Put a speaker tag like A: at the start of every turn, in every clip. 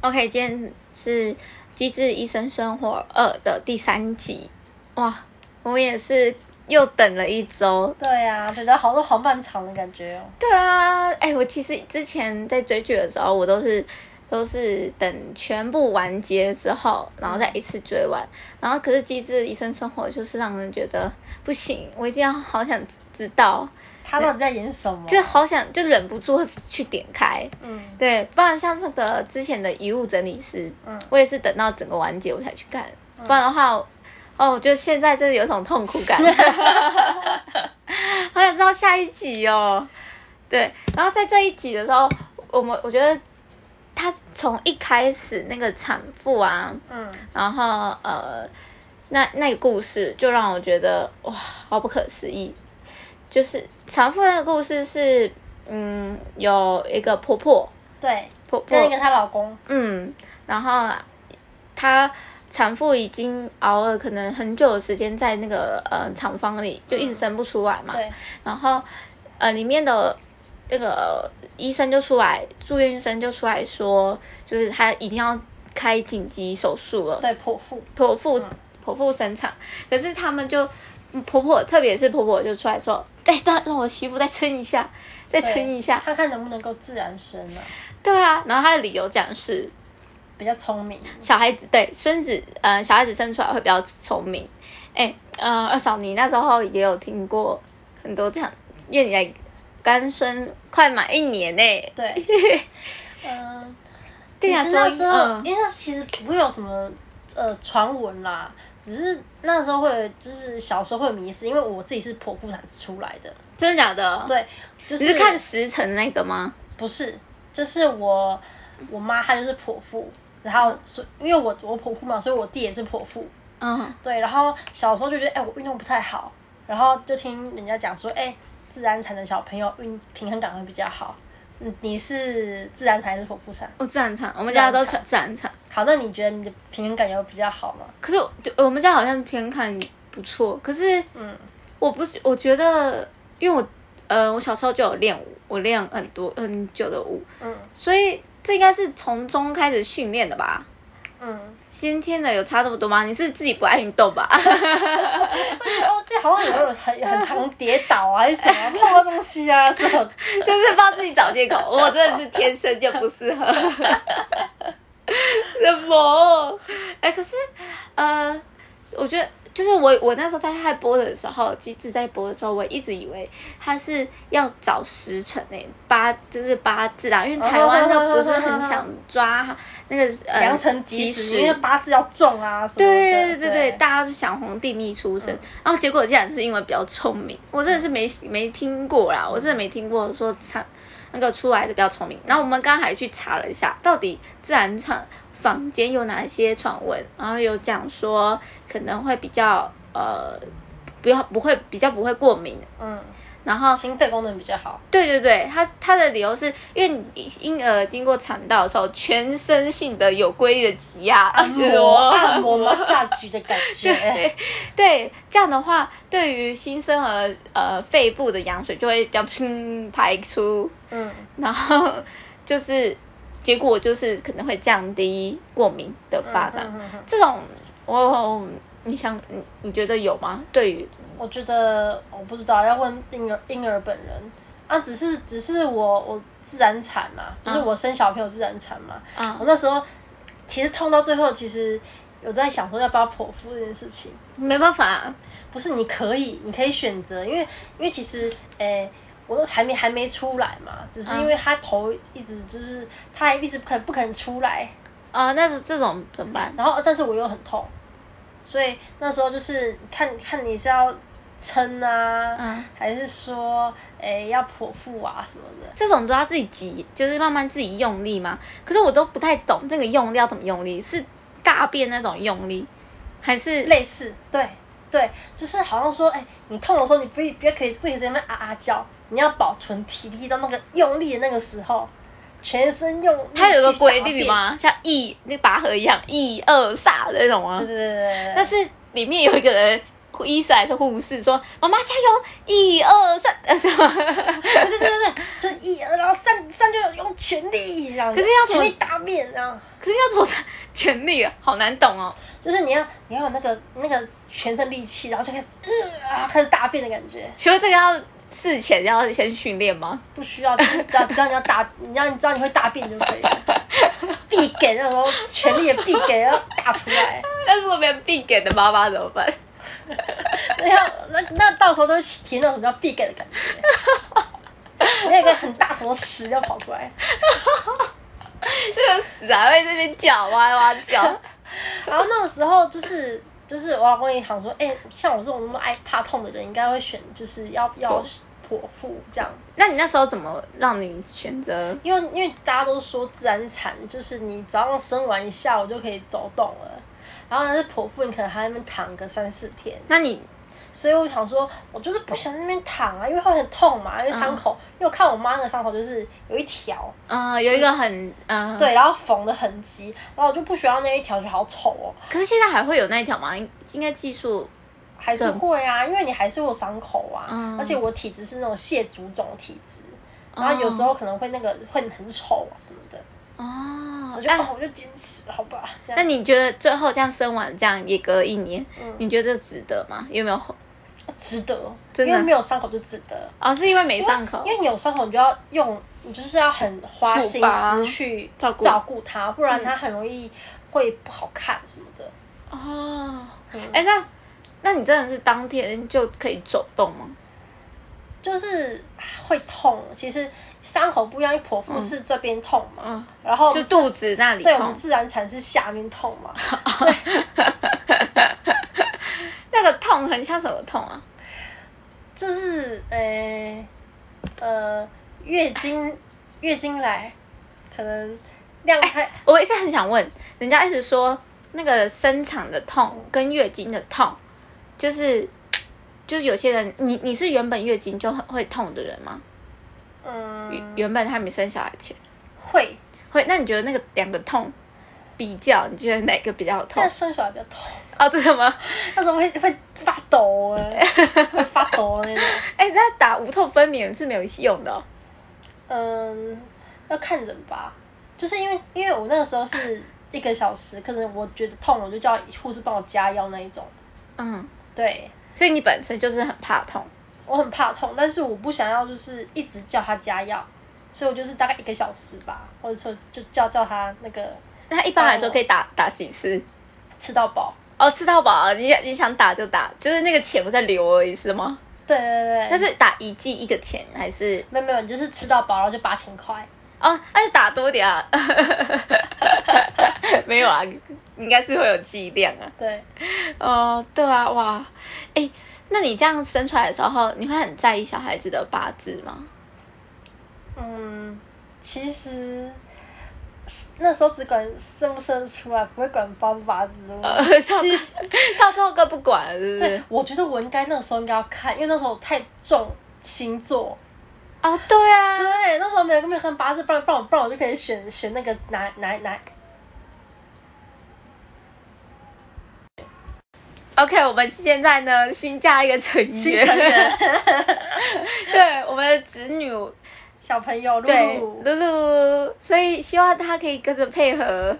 A: OK，今天是《机智医生生活二》的第三集，哇，我也是又等了一周。
B: 对呀、觉得好多好漫长的感觉哦。
A: 对啊，哎、我其实之前在追剧的时候，我都是都是等全部完结之后，然后再一次追完。然后可是《机智医生生活》就是让人觉得不行，我一定要好想知道，
B: 他到底在演什么？
A: 就好想就忍不住会去点开。
B: 嗯
A: 对，不然像这个之前的遗物整理师，
B: 嗯
A: 我也是等到整个完结我才去看，不然的话，哦，我觉得现在真的有一种痛苦感，好想知道下一集哦。对，然后在这一集的时候，我们我觉得他从一开始那个产妇啊，
B: 嗯，
A: 然后呃，那那个故事就让我觉得哇，好不可思议。就是产妇的故事是，嗯，有一个婆婆，
B: 对，
A: 婆婆
B: 跟一个她老公，
A: 嗯，然后她产妇已经熬了可能很久的时间在那个呃厂房里，就一直生不出来嘛。
B: 对，
A: 然后呃里面的那个医生就出来，住院医生就出来说，就是她一定要开紧急手术了，
B: 对泼妇，
A: 剖腹剖腹生产。可是他们就婆婆，特别是婆婆就出来说，哎，让让我媳妇再撑一下，再撑一下。
B: 她看能不能够自然生啊，
A: 对啊，然后她的理由讲是。
B: 比较聪明。
A: 小孩子对孙子，呃，小孩子生出来会比较聪明。哎、呃，二嫂，你那时候也有听过很多这样，因为你来干孙快满一年呢、
B: 对， 嗯，
A: 对
B: 其
A: 啊
B: 实那
A: 所以
B: 时候，
A: 嗯
B: 因为那其实不会有什么呃传闻啦，只是那时候会有就是小时候会有迷失，因为我自己是剖腹产出来的，
A: 真的假的？，
B: 对，就
A: 你是看时辰那个吗？
B: 不是，就是我我妈她就是剖腹，然后所因为我我剖腹嘛，所以我弟也是剖腹，
A: 嗯，
B: 对，然后小时候就觉得哎、我运动不太好，然后就听人家讲说哎、自然产的小朋友运平衡感会比较好。嗯，你是自然产还是剖腹产？
A: 哦，自然产，我们
B: 自然
A: 家都
B: 产
A: 产自然产，
B: 好，那你觉得你的平衡感有比较好吗？
A: 可是我就我们家好像偏看不错，可是
B: 嗯，
A: 我不是，我觉得，因为我呃，我小时候就有练舞，我练很多很久的舞，
B: 嗯
A: 所以这应该是从中开始训练的吧？
B: 嗯，
A: 先天的有差那么多吗？你是自己不爱运动吧？
B: 哦，这好像有人很很常跌倒啊，还是什么碰到东西啊，什 么？
A: 就是帮自己找借 口。我真的是天生就不适合。 什么？哎、可是呃，我觉得就是我我那时候在在播的时候，机智在播的时候，我一直以为他是要找时辰诶、八就是八字啦，因为台湾就不是很想抓那个呃
B: 哦良辰吉时，因为八字要中啊，什么的
A: 对对对对，
B: 对，嗯
A: 大家就想皇帝密出身，然后结果竟然是因为比较聪明，我真的是没没听过
B: 嗯
A: 啦，我真的没听过说产那个出来的比较聪明。然后我们刚刚还去查了一下，到底自然产坊间有哪些传闻，然后有讲说可能会比较呃不要不会比较不会过敏，
B: 嗯，
A: 然后
B: 心肺功能比较 好，
A: 对对对，他他的理由是因为你婴儿经过产道的时候，全身性的有规律的挤压
B: 按摩哦按摩 massage 的感 觉，
A: 对，这样的话，对于新生儿呃肺部的羊水就会这样砰排出，
B: 嗯，
A: 然后就是结果就是可能会降低过敏的发展。
B: 嗯嗯嗯
A: 这种我你想你你觉得有吗？对于
B: 我觉得我不知道，要问婴儿婴儿本人啊，只是只是我我自然产嘛，就是我生小朋友自然产嘛，
A: 啊
B: 我那时候其实痛到最后，其实有在想说要不要剖腹这件事情。
A: 没办法，
B: 不是，你可以，你可以选择，因为因为其实，诶、我都还没还没出来嘛，只是因为他头一直就是他一直不肯不肯出来，
A: 啊、那是这种怎么办？
B: 然后但是我又很痛，所以那时候就是看看你是要撑啊，
A: 嗯
B: 还是说诶、要剖腹啊什么的。
A: 这种都要自己挤，就是慢慢自己用力嘛。可是我都不太懂这个用力要怎么用力，是大便那种用力，还是
B: 类似，对对，就是好像说，哎、你痛的时候，你不不要可以不可以在那边啊啊叫，你要保存体力到那个用力的那个时候，全身用力。
A: 它有个规律？吗？像一那拔河一样，一二三那种吗
B: 对？对对对对，
A: 但是里面有一个人医师还是护士说：“妈妈加油，一二三。”呃，对吧？
B: 对对对对，就一，然后三三就用全力这样子，
A: 可是要怎么
B: 全力打扁啊，
A: 可是要怎么打全力啊？好难懂哦。
B: 就是你要你要有那个那个全身力气，然后就开始呃啊开始大便的感觉，
A: 请问这个要事前要先训练吗？
B: 不需要，就是只要只要你要大，你要你知道你会大便就可以了，必给那时候全力的必给要打出来，
A: 那如果没有必给的妈妈怎么办？
B: 那要那那到时候就体验到什么叫必给的感觉，那个很大坨屎要跑出来，
A: 这个死还会在那边叫哇哇叫。
B: 然后那个时候就是。就是我老公也想说，哎、像我这种那么爱怕痛的人，应该会选就是要要剖腹这样，
A: 那你那时候怎么让你选择？
B: 因为因为大家都说自然产就是你只要生完一下午就可以走动了，然后但是剖腹你可能还在那边躺个三四天，
A: 那你
B: 所以我想说，我就是不想在那边躺啊，因为会很痛嘛，因为
A: 嗯
B: 伤口，因为我看我妈那个伤口就是有一条，
A: 呃有一个很呃，
B: 对，然后缝的痕迹，然后我就不喜欢那一条，就好丑哦，
A: 可是现在还会有那一条吗？应应该技术
B: 还是会啊，因为你还是会有伤口啊，
A: 嗯
B: 而且我体质是那种蟹足肿体质，然
A: 嗯
B: 后有时候可能会那个会很丑啊什么的，
A: 哦
B: 我。就、
A: 哎、
B: 哦我哎就坚持好吧，这样
A: 那你觉得最后这样生完这样也隔一年，
B: 嗯
A: 你觉得这值得吗？有没有？
B: 值得，
A: 真的
B: 因为没有伤口就值得。
A: 哦，是因为没上口
B: 因为你有伤口，你就要用，你就是要很花心
A: 处罚
B: 思去
A: 照顾嗯
B: 照顾它，不然它很容易会不好看什么的。
A: 哦。
B: 嗯
A: 哎、那那你真的是当天就可以走动吗？
B: 就是会痛，其实伤口不一样，因为剖腹是这边痛嘛，
A: 嗯，
B: 然后
A: 就肚子那里
B: 对我们
A: 痛，
B: 自然产是下面 痛嘛，
A: 那个痛很像什么痛啊？
B: 就是呃呃月经月经来，可能量太
A: 我一直很想问，人家一直说那个生产的痛跟月经的痛，就是就是有些人，你你是原本月经就很会痛的人吗？
B: 嗯
A: 原本还没生小孩前
B: 会，
A: 会？那你觉得那个两个痛比较，你觉得哪个比较痛
B: 但？生小孩比较痛，
A: 哦，真的吗？
B: 那时候会会发抖哎、会发抖那种。
A: 哎、那打无痛分娩是没有用的、哦。
B: 嗯，要看人吧，就是因为因为我那个时候是一个小时，可能我觉得痛，我就叫护士帮我加药那一种。
A: 嗯，
B: 对，
A: 所以你本身就是很怕痛。
B: 我很怕痛，但是我不想要就是一直叫他加药，所以我就是大概一个小时吧，或者说就叫叫他那个
A: 那一般来说可以打打几次？
B: 吃到饱。
A: 哦，吃到饱，你想你想打就打，就是那个钱不在流而已，是 吗？
B: 对对对，
A: 那是打一剂一个钱还是？
B: 没有没有，你就是吃到饱，然后就八千块。
A: 哦，那就打多点啊。 没有啊，应该是会有剂量啊。
B: 对，
A: 哦，对啊，哇，哎，那你这样生出来的时候，你会很在意小孩子的八字吗？
B: 嗯，其实那时候只管生不生得出来，不会管八不八字。我
A: 呃， 到到最后更不管了，是不
B: 对
A: 是？，
B: 我觉得我应该那个时候应该要看，因为那时候我太重星座。
A: 哦，对啊，
B: 对，那时候没有没有看八字，不然不然我不然我就可以选选那个哪哪哪。
A: OK，我们现在呢新加一个成
B: 新
A: 员，
B: 成人
A: 对我们的子女，
B: 小朋友
A: 对
B: 露露，
A: 露露，所以希望她可以跟着配合，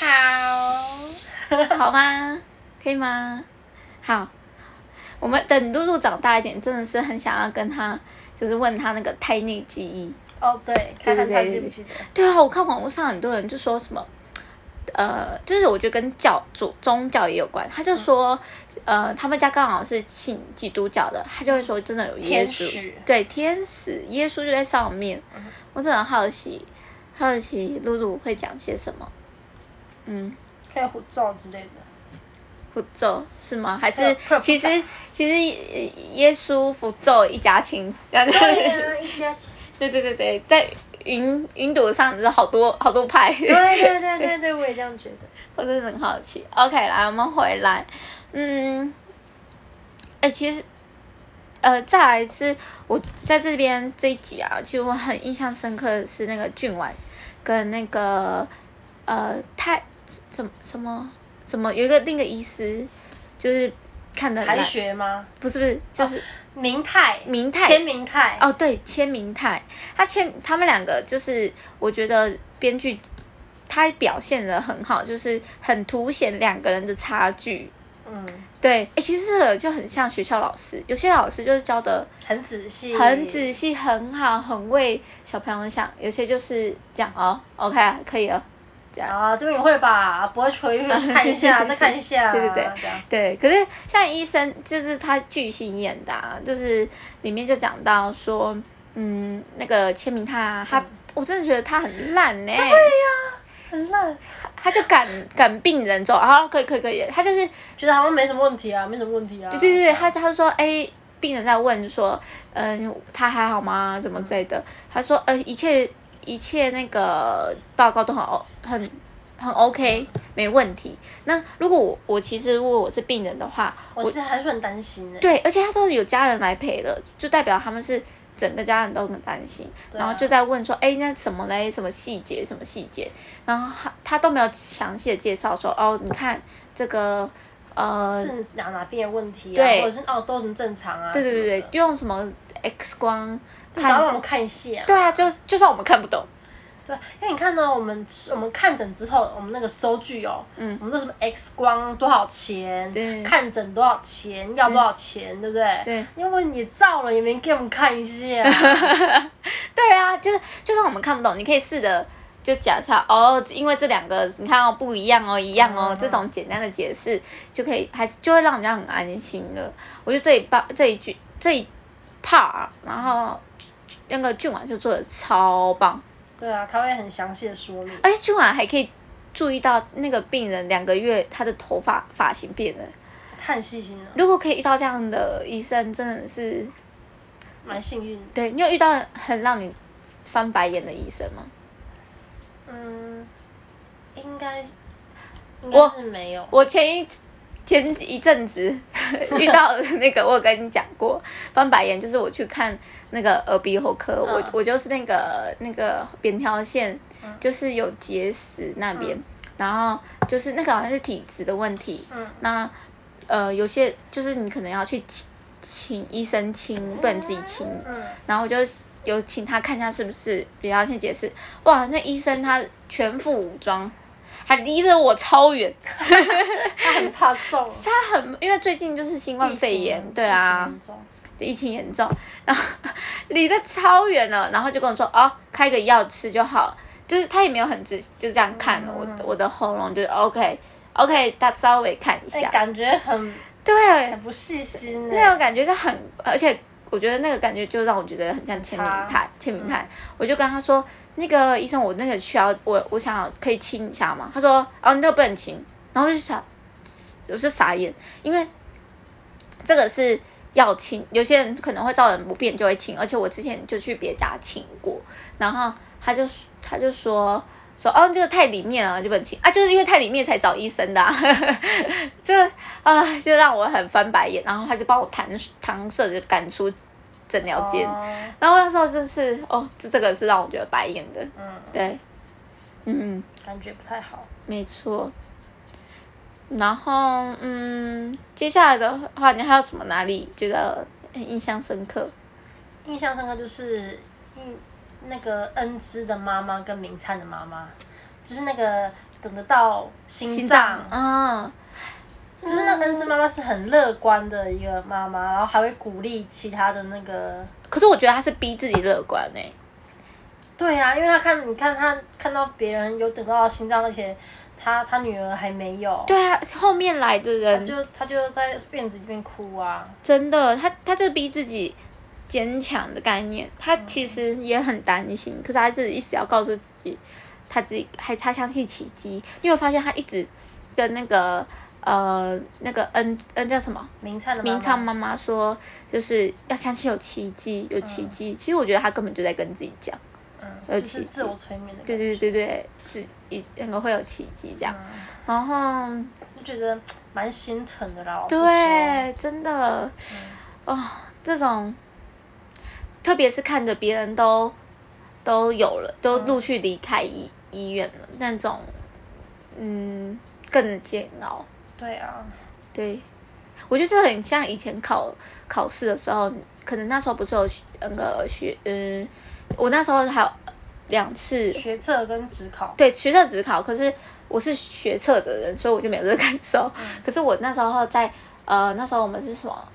B: 好，
A: 好吗？可以吗？好，我们等露露长大一点，真的是很想要跟她，就是问她那个胎内记忆。
B: 哦对，看看
A: 对对
B: 他
A: 对
B: 记不记得，
A: 对啊，我看网络上很多人就说什么，呃，就是我觉得跟教主宗教也有关。他就说，呃，他们家刚好是信基督教的，他就会说真的有耶
B: 天
A: 稣，
B: 使嗯
A: 对，天使耶稣就在上面。我真的很好奇，好奇露露会讲些什么？嗯，
B: 可以胡照之类的，
A: 符咒是吗？还是
B: 会有会有
A: 其实其实呃耶稣符咒一家亲？
B: 对呀，一家亲，
A: 对对对对，在云云朵上有好多好多派。
B: 对对对对对，我也这样觉得。
A: 我真的很好奇。OK，来，我们回来，嗯，哎、其实，呃，再来是我在这边这一集啊，其实我很印象深刻的是那个俊婉跟那个呃泰怎么什么什么有一个另一个医师，就是看得很
B: 才
A: 烂，
B: 学哦吗？
A: 不是不是，就是、
B: 明太，
A: 明太
B: 签明太，
A: 哦，对，签名泰，他签他们两个就是，我觉得编剧他表现的很好，就是很凸显两个人的差距。
B: 嗯，
A: 对，哎，其实这个就很像学校老师，有些老师就是教的
B: 很仔细，
A: 很仔细、很好，很为小朋友想；有些就是这样哦，OK，啊可以了。
B: 啊，这边也会吧，不会吹，看 一下，再看一下，
A: 对对对
B: 这样，
A: 对，可是像医生，就是他巨星演的、啊，就是里面就讲到说，嗯，那个签名他、他，我真的觉得他很烂呢、
B: 很烂，
A: 他就赶赶病人走，好，可以可以可以，他就是
B: 觉得好像没什么问题啊，没什么问题啊，
A: 对对对，他他说哎、病人在问说，嗯，他还好吗？怎么之类的？他说，呃，一切一切那个报告都很 O 很很 OK，没问题。那如果我我其实如果我是病人的话，
B: 我其实还是很担心欸的，
A: 对，而且他都有家人来陪的，就代表他们是整个家人都很担心，
B: 对啊
A: 然后就在问说，哎，那什么嘞？什么细节？什么细节？然后他他都没有详细的介绍说，哦，你看这个，呃，
B: 是哪哪边的问题啊，
A: 对
B: 或者是哦都很正常啊，
A: 对对对
B: 什么
A: 对，
B: 的，
A: 就用什么 X 光
B: 至少让我
A: 看，
B: 们看一下啊，
A: 对啊，就就算我们看不懂，
B: 对，因为你看呢，我们我们看诊之后，我们那个收据哦，
A: 嗯
B: 我们都什么 X 光多少钱，
A: 对
B: 看诊多少钱，要多少钱，对不对？
A: 对，
B: 因为你照了也没给我们看一下，
A: 对啊，就是就算我们看不懂，你可以试着就假设哦，因为这两个你看哦不一样哦，一样哦，
B: 嗯嗯
A: 这种简单的解释就可以，还是就会让人家很安心了。我觉得这一把这一句这一 part，然后那个俊婉就做的超棒，
B: 对啊，他会很详细的说明。
A: 而且俊婉还可以注意到那个病人两个月他的头发发型变了。
B: 太细心了，
A: 如果可以遇到这样的医生，真的是
B: 蛮幸运。
A: 对你有遇到很让你翻白眼的医生吗？
B: 嗯，应该应
A: 我
B: 该是没有。
A: 我前一前一阵子 遇 到那个，我有跟你讲过翻白眼，就是我去看那个耳鼻喉科，
B: 嗯
A: 我我就是那个那个扁桃腺
B: 嗯
A: 就是有结石那边，然后就是那个好像是体质的问题，
B: 嗯
A: 那呃有些就是你可能要去请请医生清，不能自己清，
B: 嗯，
A: 然后我就有请他看一下是不是比较先解释。哇，那医生他全副武装，还离着我超远。
B: 他很怕 重，
A: 嗯他很因为最近就是新冠肺炎
B: 疫，情
A: 对啊，，
B: 疫情很重
A: 就疫情严重，然后 离得超远了，然后就跟我说哦，开个药吃就好，就是他也没有很仔细，就这样看我
B: 嗯
A: 的我的喉咙，就是 OK OK，他稍微看一
B: 哎、
A: 下，
B: 感觉很
A: 对，
B: 很不细心哎、
A: 哎那种感觉就很，而且我觉得那个感觉就让我觉得很像签名泰，签
B: 嗯
A: 名泰。我就跟他说，那个医生，我那个需要，我我想可以亲一下吗？他说，哦，你那个不能亲。然后我就想，我就傻眼，因为这个是要亲，有些人可能会造成不便就会亲，而且我之前就去别家亲过，然后他就他就说。说哦，这个太里面了，就不能亲啊，就是因为太里面才找医生的、啊， 就啊，就让我很翻白眼，然后他就把我搪搪塞着赶出诊疗间，
B: 哦
A: 然后那时候真是哦，这这个是让我觉得白眼的，
B: 嗯，
A: 对，嗯，
B: 感觉不太好。
A: 没错。然后嗯，接下来的话，你还有什么哪里觉得很印象深刻？
B: 印象深刻就是，嗯，那个恩芝的妈妈跟明灿的妈妈，就是那个等得到心脏，
A: 心脏啊，
B: 就是那个恩芝妈妈是很乐观的一个妈妈，然后还会鼓励其他的那个
A: 可是我觉得他是逼自己乐观欸诶、
B: 对呀、因为他看，你看他看到别人有等到心脏，而且他他女儿还没有，
A: 对啊，后面来的
B: 他
A: 人
B: 啊就他就在院子里面哭啊，
A: 真的，他他就逼自己坚强的概念，他其实也很担心，可是他自己一直要告诉自己，他自己还他相信奇迹。你有发现他一直跟那个呃那个恩恩叫什么
B: 明灿的妈妈
A: 明昌妈妈说，就是要相信有奇迹，有奇迹。其实我觉得他根本就在跟自己讲，
B: 嗯，
A: 有
B: 就
A: 奇
B: 是
A: 迹
B: 自我催眠的感
A: 对
B: 觉，
A: 对对对，自己那个会有奇迹这样。
B: 嗯
A: 然后
B: 就觉得蛮心疼的啦。老实说，
A: 对，真的，
B: 嗯
A: 哦，这种，特别是看着别人都都有了，都
B: 嗯
A: 陆续离开医、医院了，那种，嗯，更煎熬。
B: 对啊，
A: 对，我觉得这很像以前考考试的时候，可能那时候不是有那个学，嗯，我那时候还有两次
B: 学测跟职考，
A: 对学测只考，可是我是学测的人，所以我就没有这个感受。
B: 嗯
A: 可是我那时候在呃，那时候我们是什么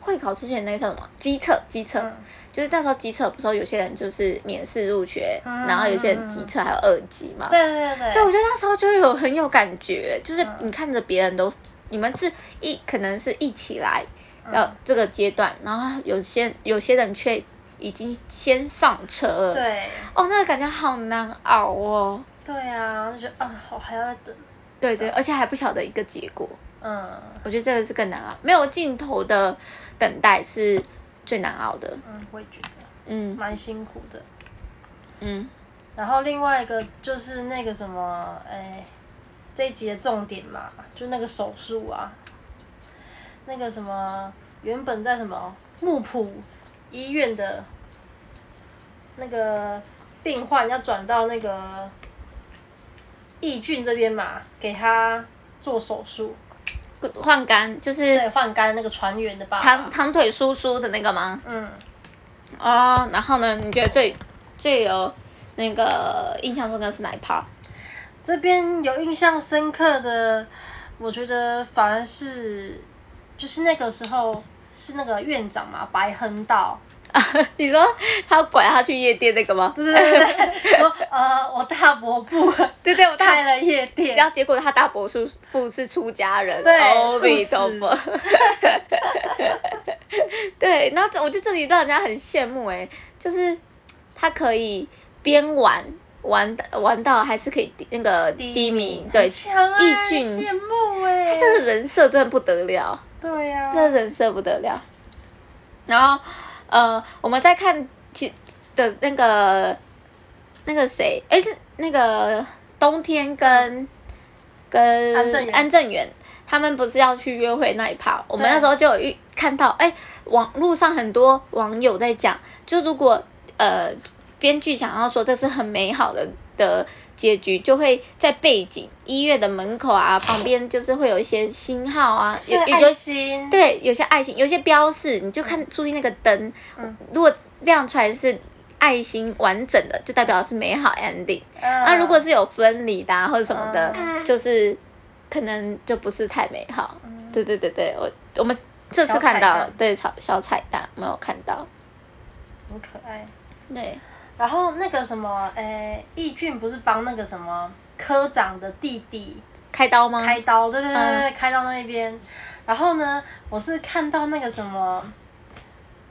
A: 会考之前那个叫什么机测，机测、
B: 嗯
A: 就是那时候机测，不是有些人就是免试入学，
B: 嗯
A: 然后有些人机测还有二级嘛。
B: 对对对
A: 对，我觉得那时候就有很有感觉，就是
B: 嗯
A: 你看着别人都，你们是一可能是一起来，呃，这个阶段，然后有些有些人却已经先上车了，
B: 对
A: 哦，那个感觉好难熬哦。
B: 对啊，就觉得啊，我还要再等，
A: 对对，而且还不晓得一个结果，
B: 嗯
A: 我觉得这个是更难熬，没有尽头的等待是最难熬的。
B: 嗯，我也觉得
A: 嗯
B: 蛮辛苦的。
A: 嗯，
B: 然后另外一个就是那个什么，哎，这一集的重点嘛，就那个手术啊，那个什么，原本在什么木浦医院的那个病患要转到那个义俊这边嘛，给他做手术，
A: 嗯换肝就是
B: 对，换肝那个船员的爸
A: 长
B: 爸，
A: 长腿叔叔的那个吗？
B: 嗯，
A: 哦，然后呢？你觉得最最有那个印象深刻是哪一 part？
B: 这边有印象深刻的，我觉得反而是就是那个时候是那个院长嘛，白亨道，
A: 你说他拐他去夜店那个吗？
B: 对对对 对，说呃我大伯父
A: 对对，我大
B: 开了夜店，
A: 然后结果他大伯叔父是出家人，Oh，
B: 对
A: 阿弥陀
B: 住
A: 佛。对，然后这我觉得这里让人家很羡慕哎、就是他可以边玩玩玩到还是可以第那个第一名，对，
B: 很强啊，
A: 义俊
B: 羡慕哎、
A: 他这个人设真的不得了。
B: 对啊呀、
A: 这人设不得了。然后，呃，我们在看其的那个那个谁，哎，是那个冬天跟跟
B: 安正元
A: 安正元他们不是要去约会那一趴，我们那时候就有遇看到，哎，网络上很多网友在讲，就如果呃编剧想要说这是很美好的的结局，就会在背景医院的门口啊旁边，就是会有一些星号啊，有
B: 那
A: 有
B: 个爱
A: 有
B: 心，
A: 对，有些爱心，有些标示，你就看注意那个灯，
B: 嗯
A: 如果亮出来是爱心完整的，就代表是美好 ending。
B: 嗯，
A: 那、啊如果是有分离的、啊、或者什么的，
B: 嗯
A: 就是可能就不是太美好。
B: 嗯
A: 对对对对，我我们这次
B: 小彩
A: 看到了
B: 蛋，
A: 对小小彩蛋没有看到，
B: 很可爱。
A: 对
B: 然后那个什么，哎，义俊不是帮那个什么科长的弟弟。
A: 开刀吗？
B: 开刀，对对
A: 嗯
B: 对对，对开刀那边。然后呢，我是看到那个什么，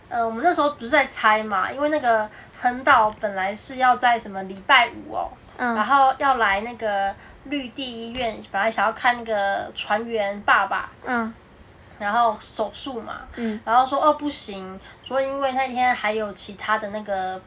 B: 呃，我们那时候不是在猜嘛，因为那个横道本来是要在什么礼拜五哦，然
A: 嗯
B: 后要来那个绿地医院，本来想要看那个船员爸爸，
A: 嗯
B: 然后手术嘛，
A: 嗯，
B: 然后说哦不行，说因为那天还有其他的那个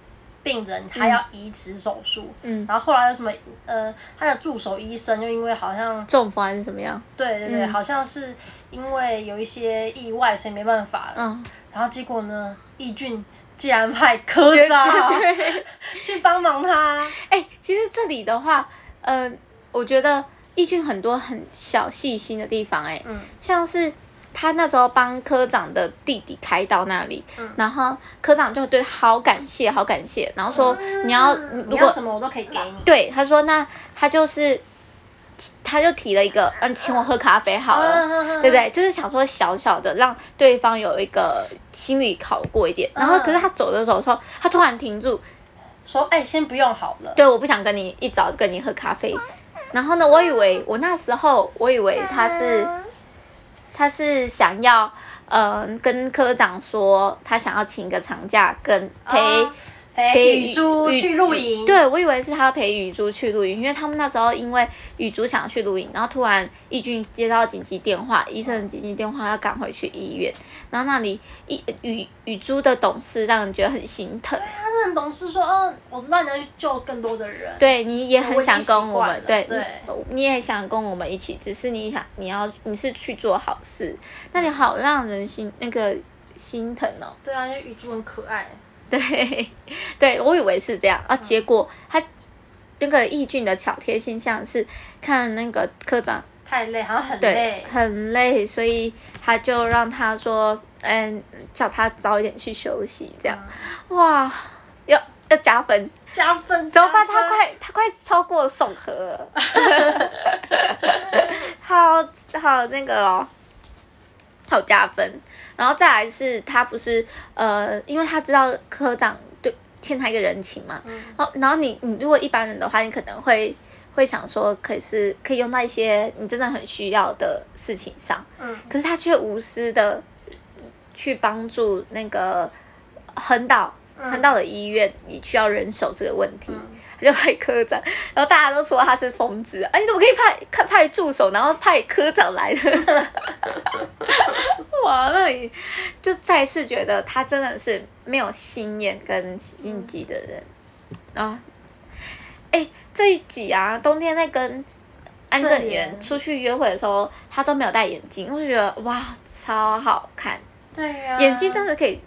B: 病人，他要移植手术，
A: 嗯，
B: 然后后来有什么呃，他的助手医生就因为好像
A: 中风还是什么样？
B: 对对对，
A: 嗯
B: 好像是因为有一些意外，所以没办法了。
A: 嗯，
B: 然后结果呢，义俊竟然派科
A: 对
B: 长
A: 对对。
B: 去帮忙他。
A: 哎、其实这里的话，呃，我觉得义俊很多很小细心的地方、哎，
B: 嗯
A: 像是他那时候帮科长的弟弟开刀那里，
B: 嗯
A: 然后科长就对他好感谢，好感谢，然后说哦你要、你
B: 嗯
A: 如
B: 你要
A: 果
B: 什么我都可以给你。
A: 对他说那他就是。他就提了一个，嗯，请我喝咖啡好了，
B: 嗯嗯嗯嗯
A: 对不对？就是想说小小的让对方有一个心里考过一点，然后
B: 嗯
A: 可是他走的时候，说他突然停住，
B: 说哎、先不用好了。
A: 对，我不想跟你一早就跟你喝咖啡。然后呢，我以为我那时候我以为他是
B: 嗯
A: 他是想要呃跟科长说他想要请一个长假跟陪、
B: 啊陪雨珠去露营。，
A: 对我以为是他陪雨珠去露营，因为他们那时候因为雨珠想去露营，然后突然义俊接到紧急电话，医生的紧急电话要赶回去医院，然后那里一雨雨珠的懂事让人觉得很心疼。
B: 他真的很懂事说，哦，我知道你要去救更多的人。
A: 对你也很想跟我
B: 我已
A: 们
B: 经习惯
A: 对，
B: 了，对
A: 你你也想跟我们一起，只是你想你要你是去做好事，那你好让人心那个心疼哦。
B: 对啊，因为雨珠很可爱。
A: 对，对我以为是这样
B: 嗯
A: 啊，结果他那个义俊的巧贴心像是看那个科长
B: 太累，好像很
A: 对
B: 累，。
A: 很累，所以他就让他说，嗯，叫他早一点去休息，这样，
B: 嗯
A: 哇，要要加分，
B: 加分
A: 怎么办？
B: 加分
A: 他快他快超过宋和了，好好那个哦，好加分。然后再来是他不是呃，因为他知道科长对欠他一个人情嘛，然后然后你你如果一般人的话，你可能会会想说，可是可以用到一些你真的很需要的事情上，
B: 嗯
A: 可是他却无私的去帮助那个横岛
B: 嗯
A: 横岛的医院，你需要人手这个问题，他就派科长，然后大家都说他是疯子，哎、你怎么可以派看派助手，然后派科长来的？ 哇，那你就再次觉得他真的是没有心眼跟心机的人啊！哎、这一集啊，冬天在跟安正元
B: 正元
A: 出去约会的时候，他都没有戴眼镜，我就觉得哇，超好看，
B: 对呀、
A: 眼睛真的可以，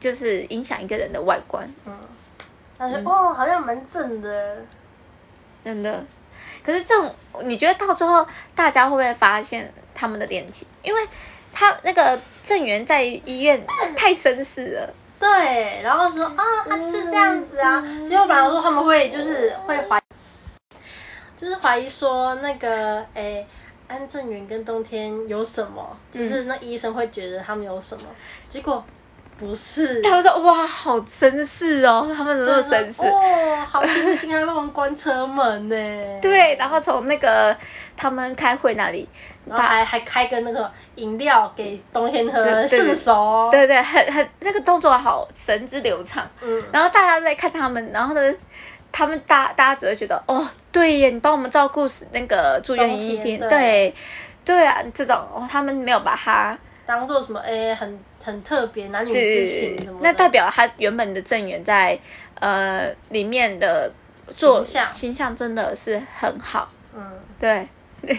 A: 就是影响一个人的外观。
B: 他说哦，好像蛮正的，
A: 真的。可是这种，你觉得到最后大家会不会发现他们的恋情？因为他那个郑源在医院太绅士了，
B: 对，然后说啊，他就是这样子啊。结果本来说他们会就是会怀，就是怀疑说那个诶、安正元跟冬天有什么，
A: 嗯
B: 就是那医生会觉得他们有什么，结果不是。
A: 他会说哇，好绅士哦，他们怎么那么
B: 就是
A: 绅士？
B: 哦，好贴心，还帮忙关车门呢。
A: 对，然后从那个他们开会那里，
B: 然后还还开个那个饮料给冬天喝，
A: 对对
B: 顺手。，哦
A: 对对，很很那个动作好神之流畅，
B: 嗯，
A: 然后大家都在看他们，然后呢，他们大大家只会觉得哦，对耶，你帮我们照顾那个住院医
B: 冬天
A: 天，
B: 对
A: 对对啊，这种哦，他们没有把他
B: 当做什么诶、很很特别男女之情什么的。
A: 那代表他原本的正源在呃里面的做
B: 形象
A: 形象真的是很好，
B: 嗯，
A: 对。 因为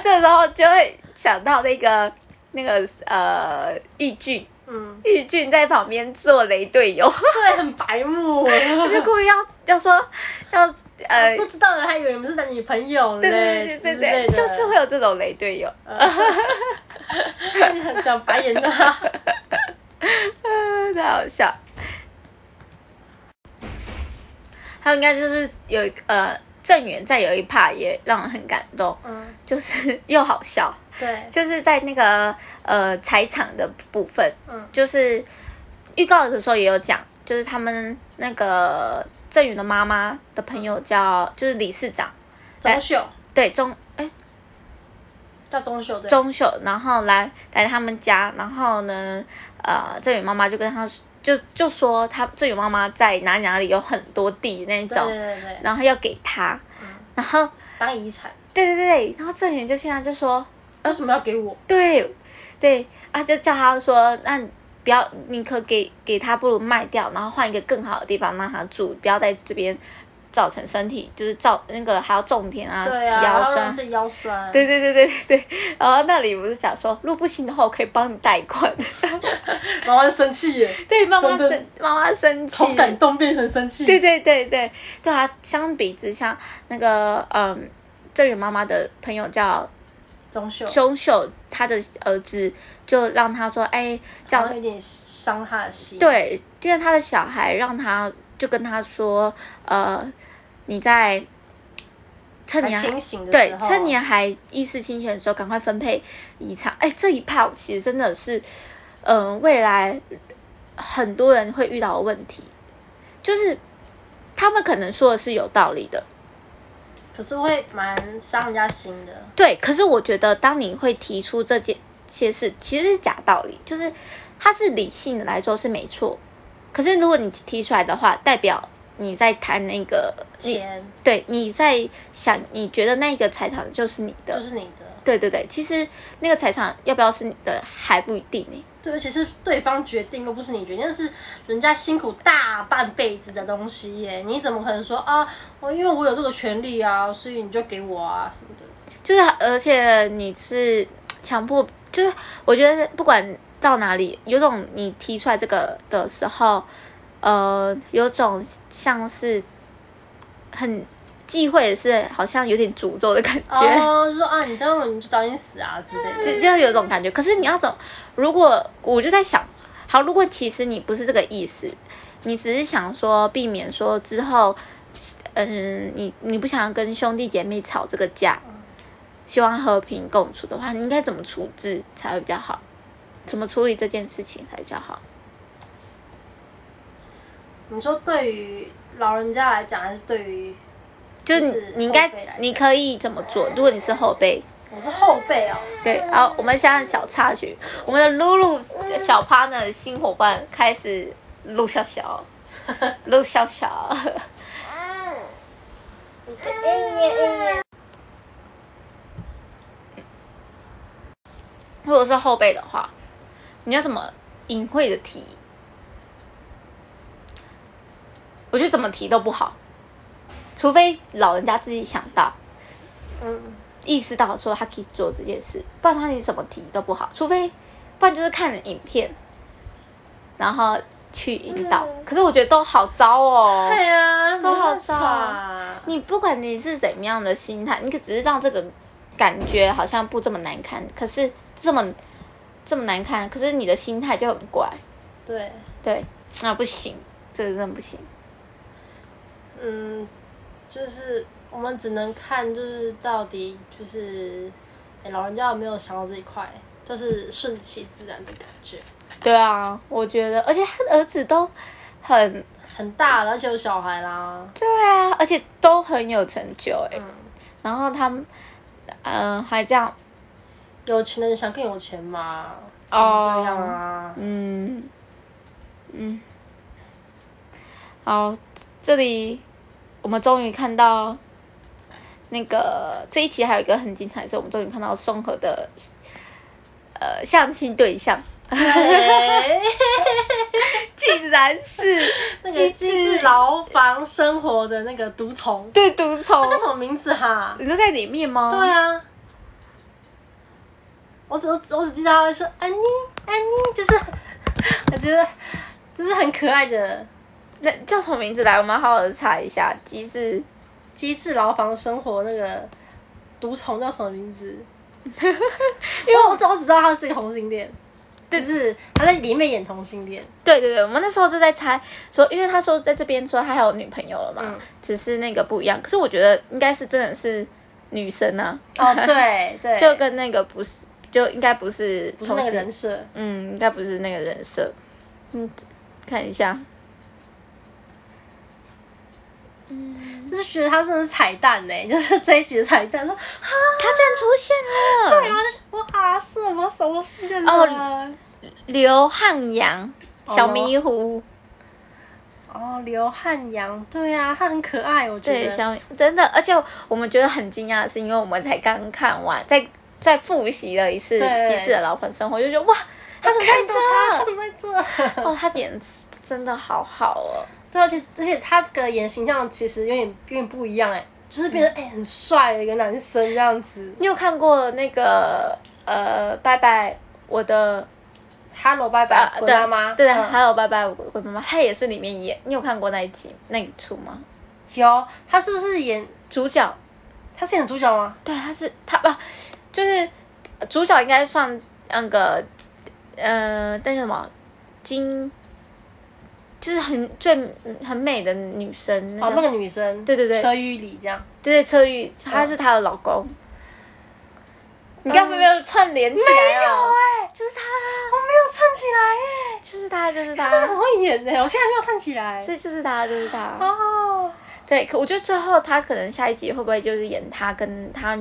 A: 这时候就会想到那个那个呃，易俊，
B: 嗯，
A: 易俊在旁边做雷队 友，
B: 对，很 白目，
A: 他
B: 啊
A: 就故意要要说要呃，
B: 不知道的还以为我们是男女朋友嘞，
A: 对对对对
B: 之
A: 对
B: 类
A: 对，
B: 的呃
A: 就是会有这种雷队友。
B: 讲白眼的话，
A: 太好笑。还有应该就是有一个呃郑源在有一 part 也让人很感动，
B: 嗯，
A: 就是又好 笑，
B: 对，
A: 就是在那个呃采场的部分，
B: 嗯
A: 就是预告的时候也有讲，就是他们那个郑源的妈妈的朋友叫就是理事长，
B: 钟秀
A: 对钟哎
B: 叫钟秀对，
A: 中秀，然后来来他们家，然后呢，呃，郑宇妈妈就跟他说就就说他郑宇妈妈在哪里哪里有很多地那
B: 对对
A: 种，
B: 对对，
A: 然后要给他，
B: 嗯
A: 然后
B: 当遗产，
A: 对对对，然后郑宇就现在就说，
B: 为什么要给我？
A: 对对，啊就叫他说，那你不要宁可给给他，不如卖掉，然后换一个更好的地方让他住，不要在这边造成身体就是造那个还要种田啊，
B: 对
A: 腰
B: 啊，然后
A: 酸
B: 让。自己腰酸，
A: 对对对对对对，然后那里不是讲说，如果不行的话，我可以帮你贷款。
B: 然后就生气耶，
A: 对，妈妈
B: 真的
A: 生妈妈生气，
B: 从感动变成生气，
A: 对对对对对啊！相比之下，那个嗯，郑源妈妈的朋友叫
B: 钟秀
A: 钟秀，他的儿子就让他说，哎、叫
B: 好像有点伤他的心，，
A: 对，因为他的小孩让他就跟他说，呃，你在趁你
B: 还
A: 还
B: 清醒的时
A: 对，
B: 候，
A: 趁你还意识清醒的时候，赶快分配遗产。哎，这一 part 我其实真的是，嗯、未来很多人会遇到的问题，就是他们可能说的是有道理的，
B: 可是会蛮伤人家心的，
A: 对。可是我觉得，当你会提出这件些事，其实是假道理，就是它是理性的来说是没错，可是如果你提出来的话，代表你在谈那个你。
B: 钱
A: 对，你在想，你觉得那个财产就是你的，
B: 就是你的。
A: 对对对，其实那个财产要不要是你的还不一定欸呢、
B: 对，而且是对方决定，又不是你决定，那是人家辛苦大半辈子的东西耶，你怎么可能说啊，我因为我有这个权利啊，所以你就给我啊什么的？
A: 就是而且你是强迫，就是我觉得不管到哪里，有种你提出来这个的时候，呃，有种像是很忌讳也是好像有点诅咒的感觉。
B: 哦，就说啊，你这样你就早点死啊之类的。
A: 就就有一种感觉。可是你要怎么？如果我就在想，好，如果其实你不是这个意思，你只是想说避免说之后，嗯，你你不想要跟兄弟姐妹吵这个架，希望和平共处的话，你应该怎么处置才会比较好？怎么处理这件事情才比较好？
B: 你说对于老人家来讲，还是对于
A: 就是
B: 就
A: 你
B: 是
A: 你应
B: 后
A: 该
B: 辈来
A: 你可以怎么做？如果你是后辈，
B: 我是后辈哦？
A: 对，好，我们现在小插曲，我们的露露小趴呢新伙伴开始露笑笑，露笑笑，或者是后辈的话，你要怎么隐晦的提？我觉得怎么提都不好，除非老人家自己想到，
B: 嗯，
A: 意识到说他可以做这件事，不然他你怎么提都不好，除非不然就是看影片，然后去引导。可是我觉得都好糟哦。
B: 对啊，
A: 都好哦
B: 没办法
A: 你不管你是怎么样的心态，你可只是让这个感觉好像不这么难看，可是这么这么难看，可是你的心态就很怪，
B: 对，
A: 对，那、不行，这个真的不行。
B: 嗯，就是我们只能看，就是到底就是、诶老人家有没有想到这一块，就是顺其自然的感觉。
A: 对啊，我觉得，而且他的儿子都很
B: 很大了，而且有小孩啦。
A: 对啊，而且都很有成就哎、
B: 嗯，
A: 然后他们，嗯、还这样，
B: 有钱人想更有钱嘛，就是
A: 哦
B: 这样啊。
A: 嗯，嗯，好，这里我们终于看到那个这一期还有一个很精彩的是，我们终于看到宋和的呃相亲对象，
B: 对
A: 竟然是
B: 那个
A: 机
B: 机智牢房生活的那个毒虫，
A: 对毒虫
B: 他，叫什么名字哈？
A: 你说在里面吗？
B: 对啊，我只我只我只记得他会说安妮安妮，就是我觉得就是很可爱的
A: 那叫什么名字来？我们好好的查一下，机智
B: 机智牢房生活那个毒虫叫什么名 字？因
A: 因
B: 为我只我只知道他是一个同性恋，就是他在里面演同性 恋。
A: 对对对，我们那时候就在猜说，因为他说在这边说他还有女朋友了嘛，
B: 嗯
A: 只是那个不一样。可是我觉得应该是真的是女生啊，
B: 哦，对对，
A: 就跟那个不是，就应该不是
B: 不是那个
A: 同事
B: 人，设，
A: 嗯，应该不是那个人设。嗯，看一下，
B: 就是觉得他真的是彩蛋呢，就是这一集的彩蛋。说啊，
A: 他竟然出现了，
B: 对，啊然后就哇，什么什么事件
A: 哦
B: 呢？
A: 刘汉阳，小迷糊，
B: 哦，刘汉阳，对啊，他很可爱，我觉
A: 对，
B: 得。
A: 小真的，而且我们觉得很惊讶的是，因为我们才刚看完，在在复习了一次《
B: 对
A: 机智的老板生活》，就觉得哇，他怎么在
B: 看到他，他
A: 这？
B: 怎么会这？
A: 哦，他演真的好好哦。
B: 对，而且而且他这个演形象其实有点有点不一样哎，就是变得哎很帅的一个男生这样子。
A: 你有看过那个呃，拜拜，我的
B: Hello，拜
A: 呃
B: 拜，，滚
A: 对
B: 妈妈。
A: 对、
B: 嗯
A: h e l l o 拜拜，我我妈妈，她也是里面演，你有看过那一集那一出吗？
B: 有他是不是演
A: 主角，
B: 他是演主角吗？
A: 对，她是她不、就是呃主角应该算那个呃，那叫什么金，就是很最很美的女生，
B: 哦，那个女生，
A: 嗯对对对
B: 车玉里这样。
A: 对车玉，她是她的老公。你
B: 嗯
A: 根本没有串联起来哦，
B: 哎，
A: 就是他，
B: 我没有撑起来哎。
A: 就是他，就是
B: 他真的
A: 他
B: 很，会演呢，我现在没有唱起来。
A: 所以就是他，就是他。
B: 哦，
A: 对，可我觉得最后他可能下一集会不会就是演他跟他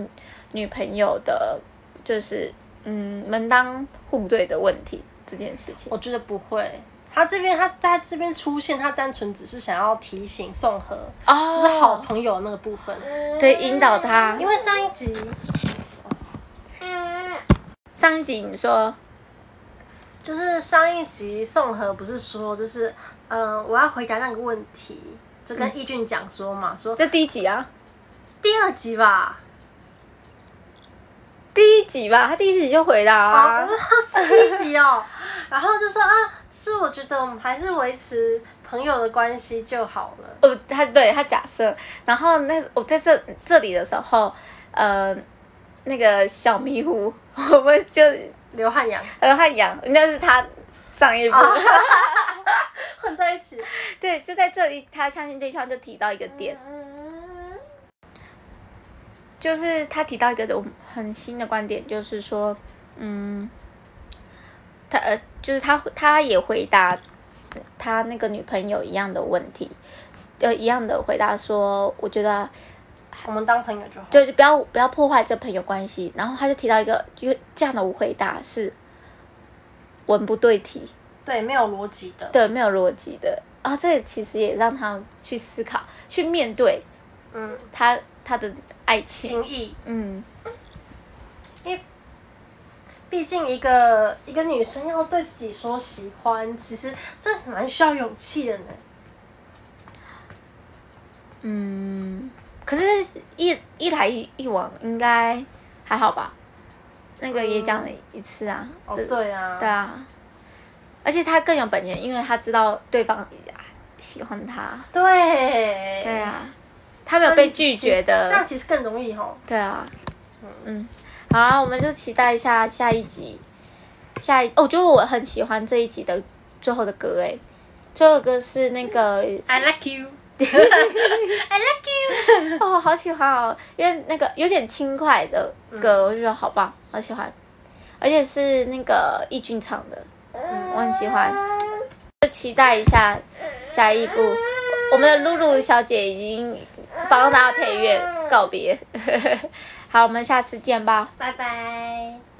A: 女朋友的，就是嗯门当户对的问题这件事情。
B: 我觉得不会。他这边，他在这边出现，他单纯只是想要提醒宋和，
A: 哦嗯
B: 就是好朋友那个部分。
A: 对，引导他。因
B: 因
A: 为
B: 为上一集，
A: 上一集你说
B: 就是上一集宋和不是说，就是嗯、呃我要回答那个问题，就
A: 嗯
B: 跟义俊讲说嘛，说
A: 这第一集啊，
B: 是第二集吧，
A: 第一集吧，他第一集就回答
B: 啊
A: 啊，，
B: 哦 是一集哦。然后就说啊，是我觉得我们还是维持朋友的关系就好了。
A: 哦，他对他假设，然后那我在这这里的时候，呃，那个小迷糊， 我们就
B: 刘汉阳
A: 呃他养，那是他上一部，
B: 混在一起，
A: 对，就在这里，他相亲对象就提到一个点，
B: 嗯
A: 就是他提到一个我很新的观点，就是说，嗯，他呃，就是他他也回答他那个女朋友一样的问题，呃，一样的回答说，我觉得
B: 我们当朋友就好。
A: 对，就不要不要破坏这朋友关系。然后他就提到一个，就是这样的回答是文不对题，
B: 对，没有逻辑的。
A: 对，没有逻辑的。然后这个其实也让他去思考，去面对
B: 嗯，
A: 他他的爱情。
B: 情谊，
A: 嗯，
B: 毕竟一个一个女生要对自己说喜欢，其实这是蛮需要勇气的呢。
A: 嗯，可是一一来一一往应该还好吧？那个也讲了一次啊，
B: 嗯哦，
A: 这
B: 对啊，
A: 对啊，而且他更有本钱，因为他知道对方喜欢他，
B: 对，
A: 对，啊，他没有被拒绝的，
B: 这样其实更容易吼。
A: 对啊，嗯，好啦，我们就期待一下下一集，下一哦，我觉得我很喜欢这一集的最后的歌诶，最后的歌是那个
B: I like you, I like you。
A: 哦，好喜欢哦，因为那个有点轻快的歌，我就觉得好棒，好喜欢，而且是那个易俊唱的，嗯，我很喜欢，就期待一下下一部。我们的露露小姐已经 帮大家配乐告别，好，我们下次见吧。
B: 拜拜。